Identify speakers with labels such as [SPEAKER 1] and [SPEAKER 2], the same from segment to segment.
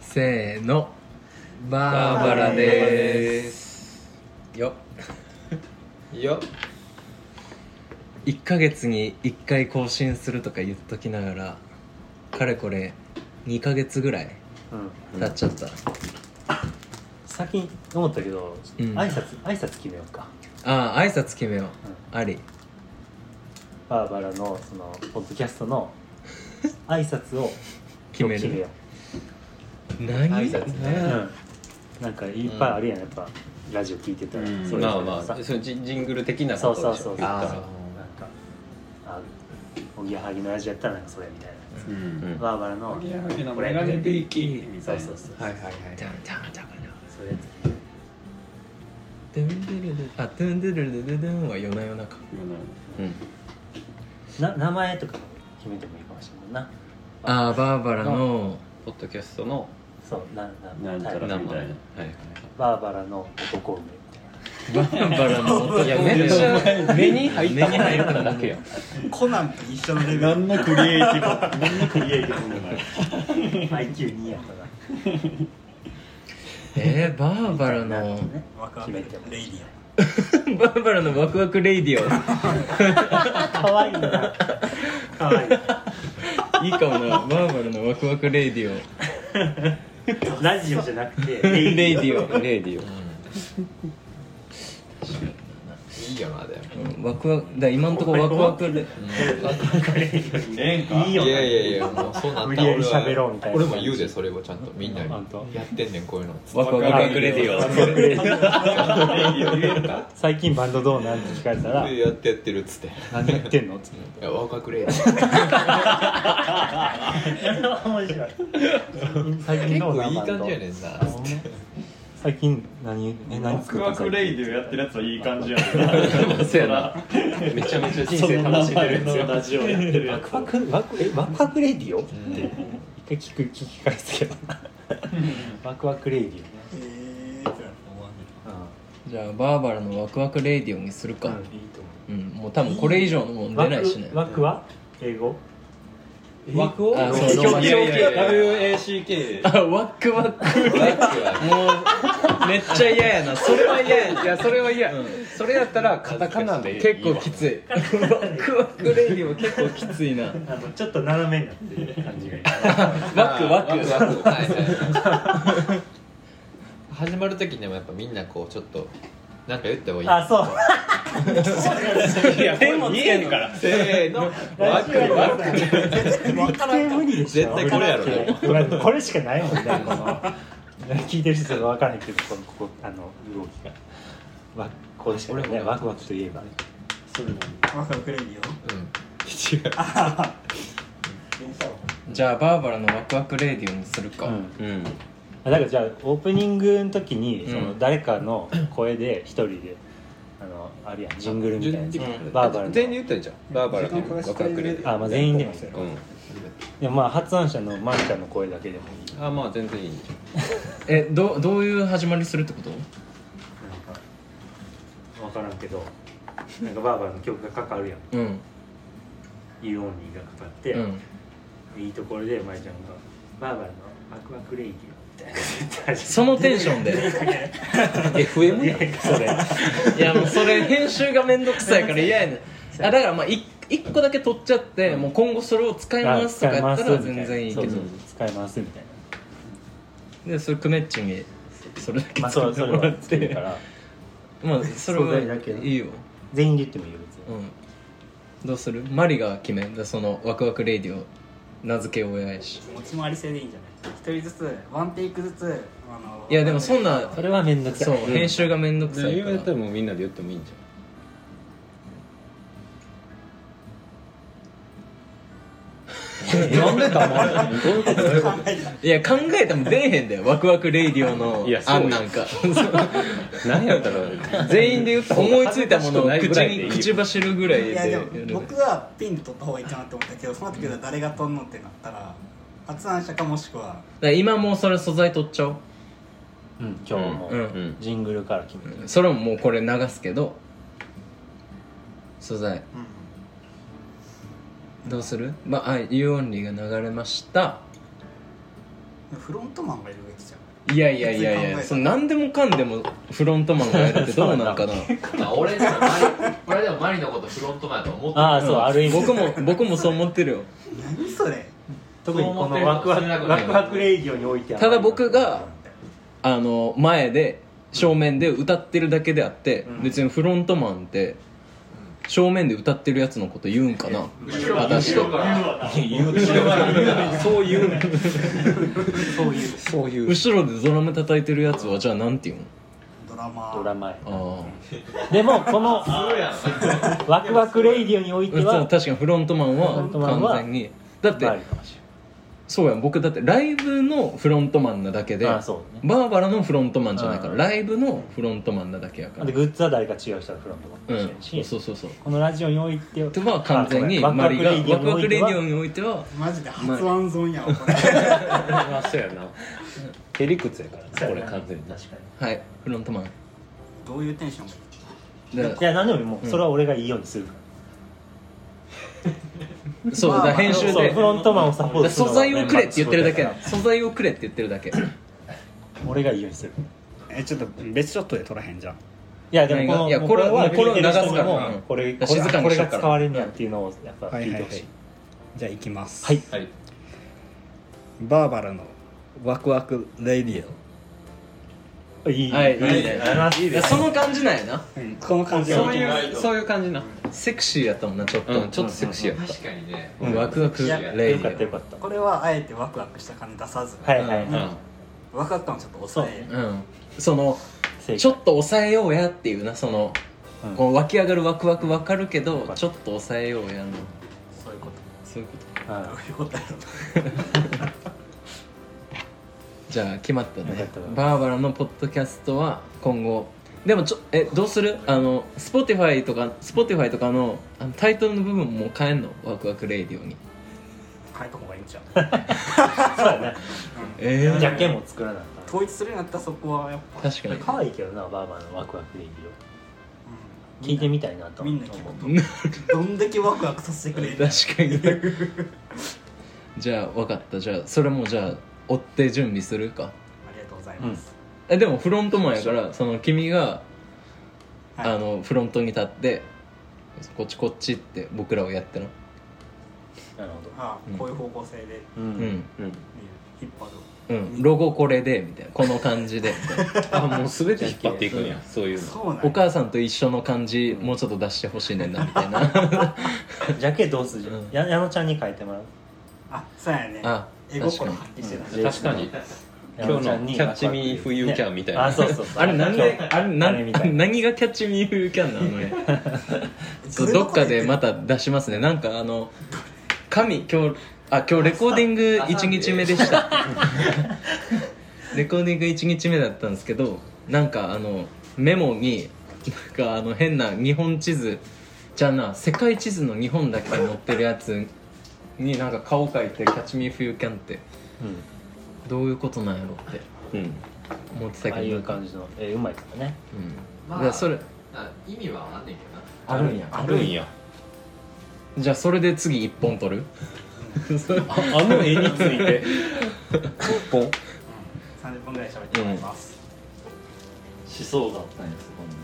[SPEAKER 1] せーのバー
[SPEAKER 2] バー
[SPEAKER 1] バ
[SPEAKER 2] バ
[SPEAKER 1] ラ
[SPEAKER 2] ラ
[SPEAKER 1] で
[SPEAKER 2] です
[SPEAKER 1] よ
[SPEAKER 2] よ
[SPEAKER 1] 1ヶ月に1回更新するとか言っときながらかれこれ2ヶ月ぐらい経っちゃった、
[SPEAKER 3] 最近思ったけど、
[SPEAKER 1] うん
[SPEAKER 3] 挨拶挨拶決めようか
[SPEAKER 1] ああ挨拶決めよう、あり
[SPEAKER 3] バーバラのそのポッドキャス トの挨拶を
[SPEAKER 1] 決める
[SPEAKER 3] よ
[SPEAKER 1] 何
[SPEAKER 2] 挨拶ね
[SPEAKER 3] う、
[SPEAKER 2] う
[SPEAKER 3] うん
[SPEAKER 1] 何
[SPEAKER 3] ん、なんかいっぱいあるやんやっぱラジオ聞いてたら、
[SPEAKER 2] うん
[SPEAKER 3] それ
[SPEAKER 2] まあ
[SPEAKER 3] ぞれ
[SPEAKER 2] ま
[SPEAKER 3] のさ
[SPEAKER 2] あそうジジングル的なことでしょ
[SPEAKER 3] そうそうそう
[SPEAKER 2] 言った
[SPEAKER 1] あ
[SPEAKER 2] ら
[SPEAKER 3] なんかあおぎやはぎのラジオやったらなんかそれみたいなやつ、
[SPEAKER 2] うんうん
[SPEAKER 3] バーバラの
[SPEAKER 2] おぎやはぎの
[SPEAKER 3] これ
[SPEAKER 2] メガネビーキみた
[SPEAKER 3] そ
[SPEAKER 2] いうな
[SPEAKER 3] そうそう、
[SPEAKER 2] はいはいはい
[SPEAKER 1] ーダンダンダンダン
[SPEAKER 3] それやつ
[SPEAKER 1] ドゥンドゥルルあドゥンドゥルルルドゥンは夜な夜なかうん
[SPEAKER 3] な名前とか決めてもいいかもしれないな
[SPEAKER 1] ああバーバラの
[SPEAKER 2] ポッドキャストの
[SPEAKER 3] そうなな
[SPEAKER 2] なんちゃ
[SPEAKER 3] タイト
[SPEAKER 2] ら
[SPEAKER 3] ル
[SPEAKER 2] みたい
[SPEAKER 3] バーバラの男梅みたいな
[SPEAKER 1] バーバラの
[SPEAKER 2] な、
[SPEAKER 1] 音
[SPEAKER 2] い、やめっちゃ目に入った
[SPEAKER 1] 目
[SPEAKER 2] もん
[SPEAKER 1] に入
[SPEAKER 2] や
[SPEAKER 1] る
[SPEAKER 2] っただけやん
[SPEAKER 4] コナンと一緒のレベル
[SPEAKER 5] 何のクリエイティブ何のクリエイティブもない
[SPEAKER 3] IQ2 やったな
[SPEAKER 1] えー、バーバラの
[SPEAKER 3] ね
[SPEAKER 4] 若
[SPEAKER 3] 決めても
[SPEAKER 4] レイディ
[SPEAKER 1] バーバラのワクワクレイデ ィ
[SPEAKER 3] かわいいなかわいい
[SPEAKER 1] オいいかもなバーバラのワクワクレイディ
[SPEAKER 3] ラジオじゃなくて
[SPEAKER 1] オ
[SPEAKER 3] レイ
[SPEAKER 1] レイデ
[SPEAKER 2] レ
[SPEAKER 1] ィ
[SPEAKER 2] ディオレディオ
[SPEAKER 5] いいよなでも
[SPEAKER 1] オうんワクワクだから今んとこワクワクレ
[SPEAKER 5] ええんか
[SPEAKER 3] いいよ
[SPEAKER 5] いやいやいやもうそうな
[SPEAKER 3] 無
[SPEAKER 5] っ
[SPEAKER 3] 理
[SPEAKER 5] た
[SPEAKER 3] や
[SPEAKER 5] 俺
[SPEAKER 3] り
[SPEAKER 5] は
[SPEAKER 3] 喋ろうみたいな
[SPEAKER 5] 俺も言うでそれをちゃんとみんなに
[SPEAKER 3] あ本当
[SPEAKER 5] やってんねんこういうの
[SPEAKER 1] ワクワクワクレディオ
[SPEAKER 3] ワクワクレディオ最近バンドどうなんって聞かれたら
[SPEAKER 5] でやってやってるっつって「
[SPEAKER 3] 何やってんのって
[SPEAKER 5] いやワクワクレディ
[SPEAKER 3] 面白い最近ど
[SPEAKER 5] オ
[SPEAKER 3] う」な
[SPEAKER 5] 結構
[SPEAKER 3] ん
[SPEAKER 5] いい感じや
[SPEAKER 3] バン
[SPEAKER 5] ねんな
[SPEAKER 3] ド最近何え何
[SPEAKER 5] ワ
[SPEAKER 3] 作
[SPEAKER 5] ク
[SPEAKER 3] った
[SPEAKER 5] ワ
[SPEAKER 3] の
[SPEAKER 5] クレイディオやってるやつはいい感じや
[SPEAKER 2] そうやなめちゃめちゃ人生楽しんでるんですよ
[SPEAKER 5] ラジオやってるや
[SPEAKER 3] ワクワクワクえワクワクレディオって一回聞く聞き返すけどワクワクレディオね
[SPEAKER 4] えーってなる
[SPEAKER 1] じゃあバーバラのワクワクレイディオにする
[SPEAKER 3] う
[SPEAKER 1] か
[SPEAKER 3] んいいと思う
[SPEAKER 1] うん、もう多分これ以上のもん出ないしね
[SPEAKER 3] ワクワクは英語
[SPEAKER 2] 枠を
[SPEAKER 1] あそうローマ字
[SPEAKER 2] WACK
[SPEAKER 1] あワクワクもうめっちゃ嫌やなそれは嫌やいやそれは嫌、
[SPEAKER 2] それやったらカタカナで
[SPEAKER 1] 結構きついワクワクレイディオ結構きついな
[SPEAKER 3] あのちょっと斜めになってる感じがいい
[SPEAKER 1] ワ
[SPEAKER 5] ワクワク
[SPEAKER 1] クワク
[SPEAKER 5] はいはい始まる時にでもやっぱみんなこうちょっとなんか言った方 がいい
[SPEAKER 3] あそう
[SPEAKER 2] いや手も見えんから
[SPEAKER 5] せーのワクワク
[SPEAKER 3] 絶対無理でしょ
[SPEAKER 5] 絶対これやろで
[SPEAKER 3] ろこれしかないもんねこの聞いてる人は分からないけどこのここあの動きがわこれしかないねワクワクといえば
[SPEAKER 4] やんワクワクレイディ
[SPEAKER 5] うん違う
[SPEAKER 1] じゃあバーバラのワクワクレイディオにするか、
[SPEAKER 3] うん
[SPEAKER 2] うん
[SPEAKER 3] あだからじゃあオープニングの時に
[SPEAKER 1] うん
[SPEAKER 3] その誰かの声で一人であのあるやんジングルみたいなやつ
[SPEAKER 2] うん
[SPEAKER 3] バーバラの
[SPEAKER 2] 全員言ったらいいじゃんバーバラのワクワクレディ
[SPEAKER 3] あまあ全員でもいい
[SPEAKER 2] オうん
[SPEAKER 3] でもまあ発案者のマンちゃんの声だけでもいい
[SPEAKER 2] あまあ全然いいじ
[SPEAKER 1] えどどういう始まりするってこと
[SPEAKER 3] なんか分からんけどなんかバーバラの曲がかかるやん
[SPEAKER 1] うん
[SPEAKER 3] 「You Only」がかかって、
[SPEAKER 1] うん
[SPEAKER 3] いいところで舞ちゃんが「バーバラのワクワクレイディオ」みたいな絶対
[SPEAKER 1] そのテンション で
[SPEAKER 2] ゃん FM やん
[SPEAKER 3] それ
[SPEAKER 1] いやもうそれ編集がめんどくさいから嫌やねんあだからまあい一個だけ取っちゃって、もう今後それを使い回すとかやったら全然いいけど
[SPEAKER 3] そうそう使い回すみたいな
[SPEAKER 1] でそれクメッチにそれだけ
[SPEAKER 3] まあ
[SPEAKER 1] 作
[SPEAKER 3] そ
[SPEAKER 1] って
[SPEAKER 3] うそれ
[SPEAKER 1] もら
[SPEAKER 3] は
[SPEAKER 1] っ
[SPEAKER 3] 作るか
[SPEAKER 1] て
[SPEAKER 3] ら
[SPEAKER 1] まあそれは
[SPEAKER 3] 素材だけね
[SPEAKER 1] いいよ
[SPEAKER 3] 全員で言ってもいいよ別
[SPEAKER 1] う
[SPEAKER 3] に、
[SPEAKER 1] んどうするマリが決めんだそのワクワクレイディオ名付け親やし
[SPEAKER 4] オ持ち回り制でいいんじゃない一人ずつワンテイクずつあの
[SPEAKER 1] いやでもそんな
[SPEAKER 3] それは面倒くさい
[SPEAKER 1] そう
[SPEAKER 3] うん
[SPEAKER 1] 編集がめんどくさい
[SPEAKER 2] 言
[SPEAKER 1] か
[SPEAKER 2] うや
[SPEAKER 1] ら
[SPEAKER 2] ったらもうみんなで言ってもいいんじゃんなんで黙るのどういうこと
[SPEAKER 1] いや考えても出えへんだよワクワクレイディオの
[SPEAKER 2] いやそうよ
[SPEAKER 1] 案なんか
[SPEAKER 2] 何やったら 全員で言った方が
[SPEAKER 1] 思いついたものを口
[SPEAKER 2] 恥ずかしくないぐら
[SPEAKER 1] に
[SPEAKER 2] いでいいよ
[SPEAKER 1] 口走るぐらい
[SPEAKER 4] い
[SPEAKER 1] で
[SPEAKER 4] や
[SPEAKER 1] や
[SPEAKER 4] で
[SPEAKER 1] る
[SPEAKER 4] も僕はピン取った方がいいかなと思ったけどそうなってくると誰が取んのってなったら発案者かもしくは
[SPEAKER 1] だから今もうそれ素材取っちゃおう
[SPEAKER 3] うん、今日も、
[SPEAKER 1] うん
[SPEAKER 2] うん
[SPEAKER 3] ジングルから決める、
[SPEAKER 1] それももうこれ流すけど素材どうするまあ「You Only」が流れました
[SPEAKER 4] フロントマンがいるべきじゃん
[SPEAKER 1] いやいやいやい
[SPEAKER 4] 普通に考えた
[SPEAKER 1] や
[SPEAKER 4] ら
[SPEAKER 1] その何でもかんでもフロントマンがやるってどうなんかな
[SPEAKER 5] まあ俺でもマリ俺でもマリのことフロントマンやと思ってる
[SPEAKER 3] ああそう、ある意味
[SPEAKER 1] 僕も僕もそう思ってるよ
[SPEAKER 4] 何それ
[SPEAKER 3] 特にこのワクワクワクワクレイディオにおいては
[SPEAKER 1] ただ僕があの前で正面で歌ってるだけであって、
[SPEAKER 4] うん
[SPEAKER 1] 別にフロントマンって正面で歌ってるやつのこと言うんかな、
[SPEAKER 5] 後ろから
[SPEAKER 1] 私
[SPEAKER 5] 後ろから
[SPEAKER 3] 言う
[SPEAKER 5] 後ろから言うな
[SPEAKER 3] そう言うなそう言うそう言
[SPEAKER 1] 後ろでドラム叩いてるやつはじゃあなんて言う
[SPEAKER 4] ドラマ
[SPEAKER 3] ドラマや
[SPEAKER 1] のあ
[SPEAKER 3] でもこの
[SPEAKER 5] そうやん
[SPEAKER 3] ワクワクレイディオ において
[SPEAKER 1] あ
[SPEAKER 3] は
[SPEAKER 1] 確かにフロントマン
[SPEAKER 3] フロ
[SPEAKER 1] は
[SPEAKER 3] ントマンは
[SPEAKER 1] 完全にだって、
[SPEAKER 3] まあいいかもし
[SPEAKER 1] そうやん僕だってライブのフロントマンなだけで
[SPEAKER 3] れないああそうね
[SPEAKER 1] バーバラのフロントマンじゃないから
[SPEAKER 3] うん
[SPEAKER 1] ライブのフロントマンなだけやから
[SPEAKER 3] でグッズは誰か違う人がフロントマンか
[SPEAKER 1] う
[SPEAKER 3] もし
[SPEAKER 1] ん
[SPEAKER 3] れないし、
[SPEAKER 1] そうそうそう
[SPEAKER 3] このラジオにおいては
[SPEAKER 1] でまあ完全に
[SPEAKER 3] あそうね
[SPEAKER 1] マリが
[SPEAKER 3] ワクワ
[SPEAKER 1] ワ
[SPEAKER 3] ク
[SPEAKER 1] クワクレ
[SPEAKER 3] レ
[SPEAKER 1] デ
[SPEAKER 3] デ
[SPEAKER 1] ィ
[SPEAKER 3] ィ
[SPEAKER 1] オ
[SPEAKER 3] オに
[SPEAKER 1] においては
[SPEAKER 4] マジで発案ゾーンやわこれ
[SPEAKER 2] まあそうやな手理屈やから
[SPEAKER 3] おいては
[SPEAKER 2] なこれ完全に
[SPEAKER 3] 確か
[SPEAKER 1] はいフロントマン
[SPEAKER 4] どういうテンションが
[SPEAKER 1] だ
[SPEAKER 3] にいや何でももうそれは俺がいいようにするから、
[SPEAKER 1] そうだ
[SPEAKER 4] まあ
[SPEAKER 1] から編集で
[SPEAKER 3] そう
[SPEAKER 1] だ
[SPEAKER 3] フ
[SPEAKER 1] か
[SPEAKER 3] ロントマンをサポー
[SPEAKER 1] ら
[SPEAKER 3] トする
[SPEAKER 1] 素
[SPEAKER 3] のは
[SPEAKER 1] 材をくれって言ってるだけ
[SPEAKER 3] メ
[SPEAKER 1] な
[SPEAKER 3] ンバ
[SPEAKER 1] の
[SPEAKER 3] ーの
[SPEAKER 1] 素材をくれって言ってるだけ
[SPEAKER 3] 俺がいいようにする
[SPEAKER 6] えちょっと別ショットで撮らへんじゃん
[SPEAKER 3] いやでもこの
[SPEAKER 1] いやこれは
[SPEAKER 3] は
[SPEAKER 1] これを流すから
[SPEAKER 3] 聞いてる人にも
[SPEAKER 1] うん
[SPEAKER 3] これ
[SPEAKER 1] 静かにしとくから
[SPEAKER 3] これが使われるんやっていうのをやっぱ
[SPEAKER 6] はい
[SPEAKER 3] 聞い
[SPEAKER 6] はい
[SPEAKER 3] て
[SPEAKER 6] は
[SPEAKER 3] ほしい
[SPEAKER 6] いじゃあ行きます
[SPEAKER 3] はい
[SPEAKER 5] はい
[SPEAKER 6] バーバラのワクワクレディ
[SPEAKER 3] いい
[SPEAKER 1] はいいいね
[SPEAKER 3] いい
[SPEAKER 1] いやその感じなんやな
[SPEAKER 6] オ、うん、この感じ
[SPEAKER 5] そういうそういう感じな
[SPEAKER 1] セクシーやったもんなちょっと
[SPEAKER 2] うんちょっとセクシーやった
[SPEAKER 5] 確かにね
[SPEAKER 3] うん
[SPEAKER 1] ワクワクレ
[SPEAKER 3] よ
[SPEAKER 1] イデ
[SPEAKER 3] かったよ
[SPEAKER 1] ィ
[SPEAKER 3] かった
[SPEAKER 4] これはあえてワクワクした感じ出さず、
[SPEAKER 3] はいはい
[SPEAKER 1] うん
[SPEAKER 3] は
[SPEAKER 4] ワクワク感をちょっと抑え
[SPEAKER 1] オうんその
[SPEAKER 3] い
[SPEAKER 1] ちょっと抑えようやっていうなその
[SPEAKER 3] うん
[SPEAKER 1] こう湧き上がるワクワクわかるけど
[SPEAKER 3] かる
[SPEAKER 1] ちょっと抑えようやの
[SPEAKER 4] そういうこと
[SPEAKER 1] そういうこと
[SPEAKER 3] うん
[SPEAKER 4] どういうことやろ
[SPEAKER 1] じゃあ決まったね
[SPEAKER 3] よかったわ
[SPEAKER 1] バーバラのポッドキャストは今後でもちょえどうするあの Spotify とか Spotify とかのあのタイトルの部分も変えんのワクワクレイディオに
[SPEAKER 4] 変えた方がいいんちゃう
[SPEAKER 3] そうやね
[SPEAKER 1] え
[SPEAKER 3] ジャケも作らなかった
[SPEAKER 4] 統一するようになったらそこはやっぱ、
[SPEAKER 1] 確かに
[SPEAKER 3] 可愛いけどなバーバーのワクワクレイディオ
[SPEAKER 4] うん
[SPEAKER 3] 聞いてみたいなと
[SPEAKER 4] み
[SPEAKER 3] 思うん
[SPEAKER 4] な聞こうどんだけワクワクさせてくれる
[SPEAKER 1] 確かにじゃあ分かったじゃあそれもじゃあ追って準備するか
[SPEAKER 4] ありがとうございます、
[SPEAKER 1] えでもフロントマンやからその君が、
[SPEAKER 4] はい
[SPEAKER 1] あのフロントに立ってこっちこっちって僕らをやってな
[SPEAKER 3] なるほど
[SPEAKER 4] ああ
[SPEAKER 1] うん
[SPEAKER 4] こういう方向性で
[SPEAKER 1] う
[SPEAKER 3] う
[SPEAKER 1] んん
[SPEAKER 2] うん
[SPEAKER 4] 引っ張る
[SPEAKER 1] うんロゴこれでみたいなこの感じ でみたいな
[SPEAKER 2] あもう全て引っ張っていくんやそういうの
[SPEAKER 4] そうなん
[SPEAKER 1] お
[SPEAKER 4] や
[SPEAKER 1] 母さんと一緒の感じもうちょっと出してほしいねんなみたいな
[SPEAKER 3] ジャケどうする
[SPEAKER 1] うん
[SPEAKER 3] や矢野ちゃんに書いてもらう
[SPEAKER 4] あそうやね
[SPEAKER 1] あ
[SPEAKER 4] 絵
[SPEAKER 1] 確か
[SPEAKER 4] 心
[SPEAKER 1] に
[SPEAKER 4] 発揮してた、
[SPEAKER 3] うん
[SPEAKER 2] 確かに
[SPEAKER 3] 矢
[SPEAKER 2] 今
[SPEAKER 3] 野
[SPEAKER 2] 日
[SPEAKER 3] ちゃん
[SPEAKER 2] の
[SPEAKER 3] に
[SPEAKER 2] キャッチミーフユーキャンみたいな
[SPEAKER 3] あそうそうそう
[SPEAKER 1] あれ何
[SPEAKER 3] 今日
[SPEAKER 1] があれな
[SPEAKER 3] あれみたいな
[SPEAKER 1] 何がキャッチミーフユーキャンなのねそうどっかでまた出しますねなんかあの神今日あ今日レコーディング1日目でしたレコーディング1日目だったんですけどなんかあのメモになんかあの変な日本地図じゃあな世界地図の日本だけ載ってるやつになんか顔描いて「キャッチミーフユーキャン」って
[SPEAKER 3] うん
[SPEAKER 1] どういうことなんやろって
[SPEAKER 2] うん
[SPEAKER 1] 思ってた
[SPEAKER 3] ああ
[SPEAKER 1] け
[SPEAKER 3] い
[SPEAKER 1] ど、う、
[SPEAKER 3] うん感じのえうまいからね
[SPEAKER 1] だからそれ
[SPEAKER 5] な意味はあんねんけどな
[SPEAKER 1] あるんや
[SPEAKER 2] あるんや
[SPEAKER 1] じゃあそれで次1本取るそれ
[SPEAKER 2] ああの絵についてポン思
[SPEAKER 4] 30分ぐらい喋ってもらいます、
[SPEAKER 2] 想があったんやそこに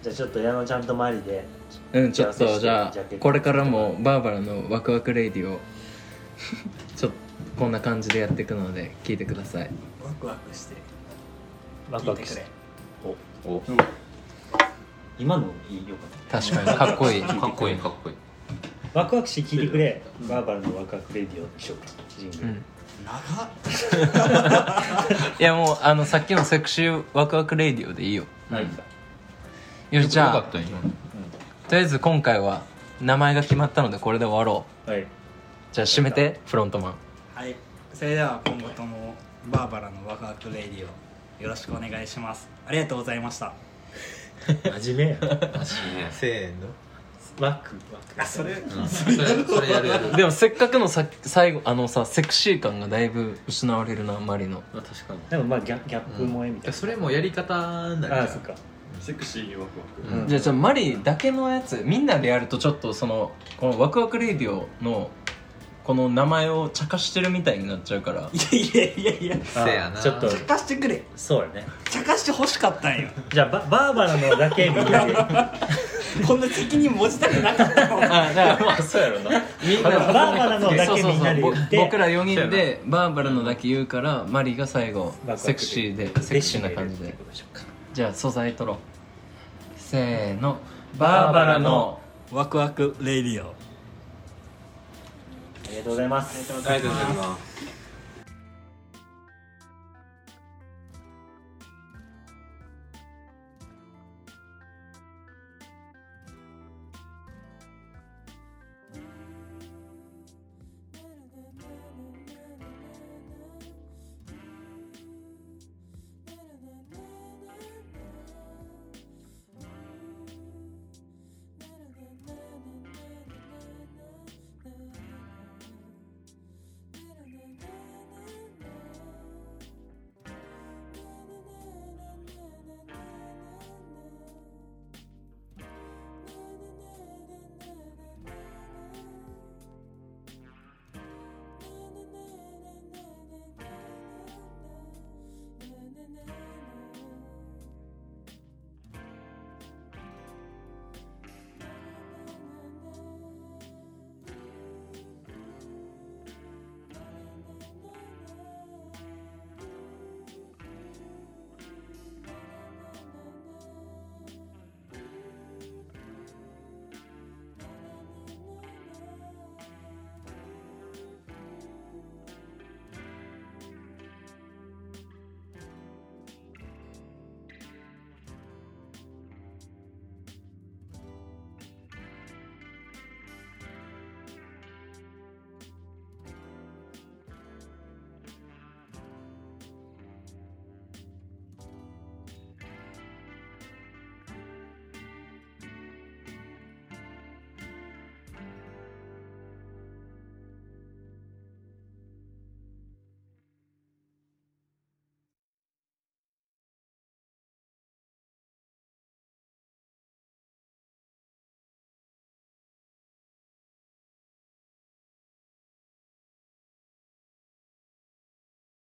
[SPEAKER 3] じゃあちょっと矢野ちゃんとマリで
[SPEAKER 1] うんちょっ
[SPEAKER 3] じゃ
[SPEAKER 1] と
[SPEAKER 3] あ
[SPEAKER 1] じゃあ
[SPEAKER 3] ジャケット
[SPEAKER 1] これからもバーバラのワクワクレイディをちょっとこんな感じでやっていくので聞いてください
[SPEAKER 4] ワクワクして
[SPEAKER 3] ワク
[SPEAKER 4] 聞
[SPEAKER 3] ワ
[SPEAKER 4] いて
[SPEAKER 3] ク
[SPEAKER 4] く
[SPEAKER 3] して
[SPEAKER 4] れ
[SPEAKER 3] お
[SPEAKER 2] お
[SPEAKER 3] 今のいいよかっ
[SPEAKER 1] 確かにかっこいい
[SPEAKER 5] かっこいいかっこいい
[SPEAKER 3] たワクワクして聞いてくれバーバラのワクワクレディオでしょうかジング
[SPEAKER 1] う
[SPEAKER 3] ル
[SPEAKER 1] ん
[SPEAKER 4] 長っ
[SPEAKER 1] いやもうあのさっきのセクシーワクワクレイディオでいいよ
[SPEAKER 3] はい
[SPEAKER 1] よしじゃあ
[SPEAKER 5] よかったんや
[SPEAKER 1] とりあえず今回は名前が決まったのでこれで終わろ
[SPEAKER 3] はい、
[SPEAKER 1] うじゃあ締めてフロントマン
[SPEAKER 4] はい、それでは今後ともバーバラのワクワクレイディをよろしくお願いします。ありがとうございました。
[SPEAKER 3] 真面目 やな
[SPEAKER 5] せーの
[SPEAKER 3] ワクワク
[SPEAKER 4] あ、それ、
[SPEAKER 5] うんそれそれやるやる
[SPEAKER 1] でもせっかくのさ最後あのさセクシー感がだいぶ失われるなマリの
[SPEAKER 2] あ確かに
[SPEAKER 3] でもまあギャギャップ萌えみたい
[SPEAKER 5] それもやり方になる
[SPEAKER 3] な、
[SPEAKER 5] か
[SPEAKER 3] あ
[SPEAKER 5] ら
[SPEAKER 3] あそっか
[SPEAKER 2] セクシーにワクワク
[SPEAKER 1] じゃあじゃあマリだけのやつみんなでやるとちょっとそのこのワクワクレディオのこの名前を茶化してるみたいになっちゃうから
[SPEAKER 4] いやいやいやいや
[SPEAKER 2] せやな
[SPEAKER 3] ちょっと
[SPEAKER 4] 茶化してくれ
[SPEAKER 3] そうよね
[SPEAKER 4] 茶化してほしかったんよ
[SPEAKER 3] じゃあババーバラのだ け見てバ
[SPEAKER 4] こんな責任持ちたくなかったも ん
[SPEAKER 1] あじゃあまあそうやろなみんな
[SPEAKER 3] ーバラのだ
[SPEAKER 1] そう
[SPEAKER 3] け
[SPEAKER 1] そう
[SPEAKER 3] みん
[SPEAKER 1] そ
[SPEAKER 3] な
[SPEAKER 1] う
[SPEAKER 3] で
[SPEAKER 1] ぼ
[SPEAKER 3] 言って
[SPEAKER 1] 僕ら4人でバーバラのだけ言うからマリが最後
[SPEAKER 3] ワクワク
[SPEAKER 1] セクシーでセクシーな感じでじゃあ素材取ろうせーのバーバラの
[SPEAKER 4] ワクワクレイディオ
[SPEAKER 3] ありがとうございます
[SPEAKER 2] ありがとうございます